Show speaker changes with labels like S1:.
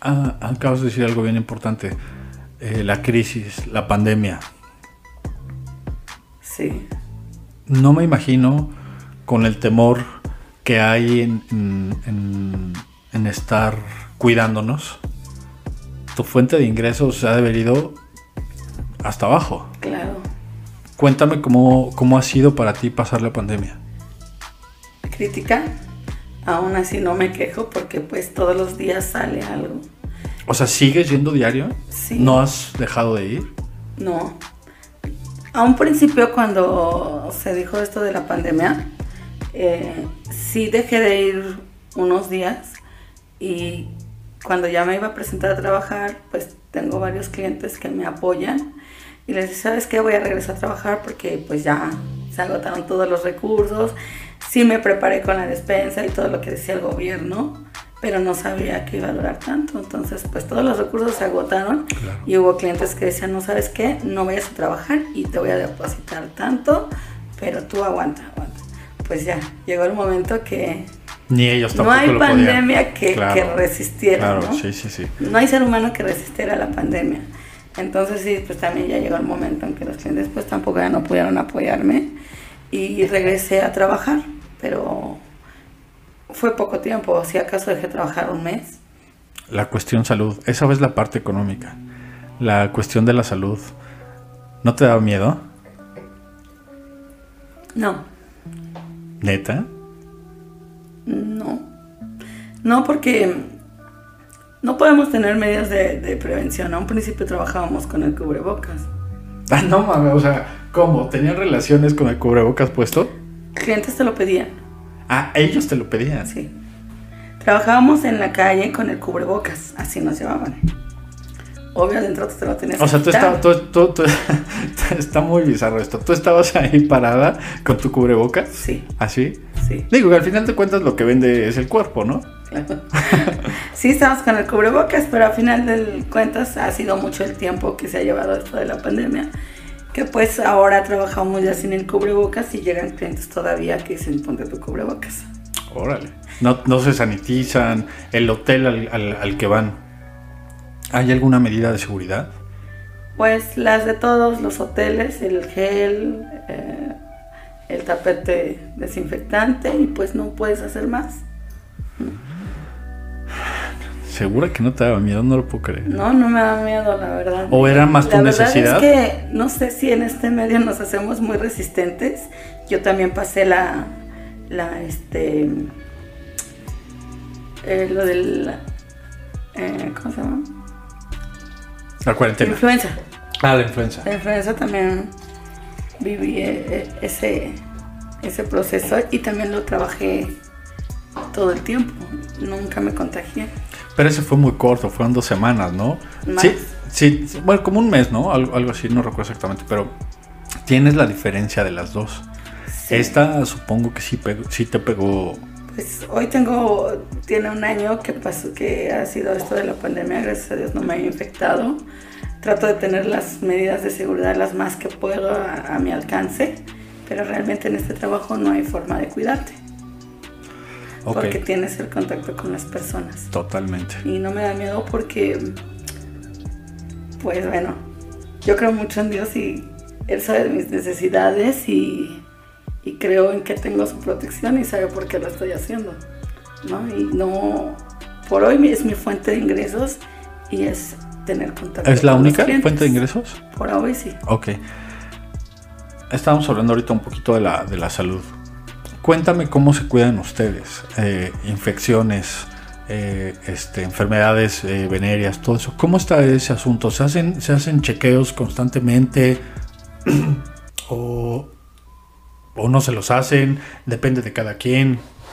S1: ah, acabas de decir algo bien importante. Eh, la crisis, la pandemia.
S2: Sí.
S1: No me imagino con el temor que hay en, en- en- en estar cuidándonos. Tu fuente de ingresos se ha devenido hasta abajo.
S2: Claro.
S1: Cuéntame cómo, cómo ha sido para ti pasar la pandemia.
S2: Crítica. Aún así no me quejo porque pues todos los días sale algo.
S1: O sea, ¿sigues yendo diario?
S2: Sí.
S1: ¿No has dejado de ir?
S2: No. A un principio cuando se dijo esto de la pandemia, eh, sí dejé de ir unos días y cuando ya me iba a presentar a trabajar, pues tengo varios clientes que me apoyan y les dije, ¿sabes qué? Voy a regresar a trabajar porque pues ya se agotaron todos los recursos, sí me preparé con la despensa y todo lo que decía el gobierno, pero no sabía que iba a durar tanto, entonces pues todos los recursos se agotaron
S1: Claro.
S2: y hubo clientes que decían, no sabes qué, no vayas a trabajar y te voy a depositar tanto, pero tú aguanta, aguanta. Pues ya, llegó el momento que
S1: Ni ellos
S2: no
S1: tampoco
S2: hay
S1: lo podían.
S2: pandemia que,
S1: Claro,
S2: que resistiera,
S1: Claro,
S2: ¿no?
S1: sí, sí, sí.
S2: No hay ser humano que resistiera la pandemia. Entonces sí, pues también ya llegó el momento en que los clientes pues tampoco ya no pudieron apoyarme y regresé a trabajar, pero fue poco tiempo, si acaso dejé trabajar un mes.
S1: La cuestión salud, esa es la parte económica. La cuestión de la salud, ¿no te da miedo?
S2: No,
S1: ¿Neta?
S2: No. No, porque no podemos tener medidas de, de prevención. A un principio trabajábamos con el cubrebocas.
S1: Ah, no mames, o sea, ¿cómo? ¿Tenían relaciones con el cubrebocas puesto?
S2: Clientes te lo pedían,
S1: Ah, ellos te lo pedían.
S2: sí. Trabajábamos en la calle con el cubrebocas, así nos llevaban. Obvio, adentro te lo tenías
S1: O sea,
S2: que
S1: tú
S2: quitar.
S1: estabas, tú, tú- tú- está muy bizarro esto. Tú estabas ahí parada con tu cubrebocas,
S2: Sí,
S1: así.
S2: sí,
S1: Digo que al final te cuentas lo que vende es el cuerpo, ¿no?
S2: claro. sí, estábamos con el cubrebocas, pero al final de cuentas ha sido mucho el tiempo que se ha llevado esto de la pandemia. Que pues ahora trabajamos ya sin el cubrebocas y llegan clientes todavía que dicen ponte tu cubrebocas.
S1: Órale. No, no se sanitizan, el hotel al, al- al que van. ¿Hay alguna medida de seguridad?
S2: Pues las de todos los hoteles, el gel, eh, el tapete desinfectante y pues no puedes hacer más.
S1: Segura que no te daba miedo, no lo puedo creer.
S2: No, no me da miedo, la verdad.
S1: ¿O era más tu
S2: la verdad
S1: necesidad?
S2: Es que no sé si en este medio nos hacemos muy resistentes. Yo también pasé la, la, este, eh, lo del, eh, ¿cómo se llama?
S1: La cuarentena.
S2: Influenza.
S1: Ah, la influenza.
S2: La influenza también viví eh, eh, ese, ese proceso y también lo trabajé todo el tiempo. Nunca me contagié.
S1: Pero ese fue muy corto, fueron dos semanas, ¿no?
S2: Más.
S1: Sí, sí, sí, bueno, como un mes, ¿no? Algo, algo así, no recuerdo exactamente, pero tienes la diferencia de las dos.
S2: Sí.
S1: Esta supongo que sí, pegó- sí te pegó.
S2: Pues hoy tengo, tiene un año que pasó, que ha sido esto de la pandemia, gracias a Dios no me he infectado. Trato de tener las medidas de seguridad las más que puedo a, a mi alcance, pero realmente en este trabajo no hay forma de cuidarte,
S1: Ok,
S2: porque tienes el contacto con las personas.
S1: totalmente.
S2: Y no me da miedo porque, pues bueno, yo creo mucho en Dios y Él sabe de mis necesidades y, y creo en que tengo su protección y sabe por qué lo estoy haciendo. ¿no? Y no, por hoy es mi fuente de ingresos y es tener contacto.
S1: ¿Es la
S2: con los
S1: única
S2: clientes.
S1: fuente de ingresos?
S2: Por hoy sí.
S1: Ok. Estábamos hablando ahorita un poquito de la, de la salud. Cuéntame cómo se cuidan ustedes. eh, infecciones, eh, este, enfermedades eh, venéreas, todo eso. ¿Cómo está ese asunto? ¿Se hacen, se hacen chequeos constantemente? o, ¿O no se los hacen? Depende de cada quien.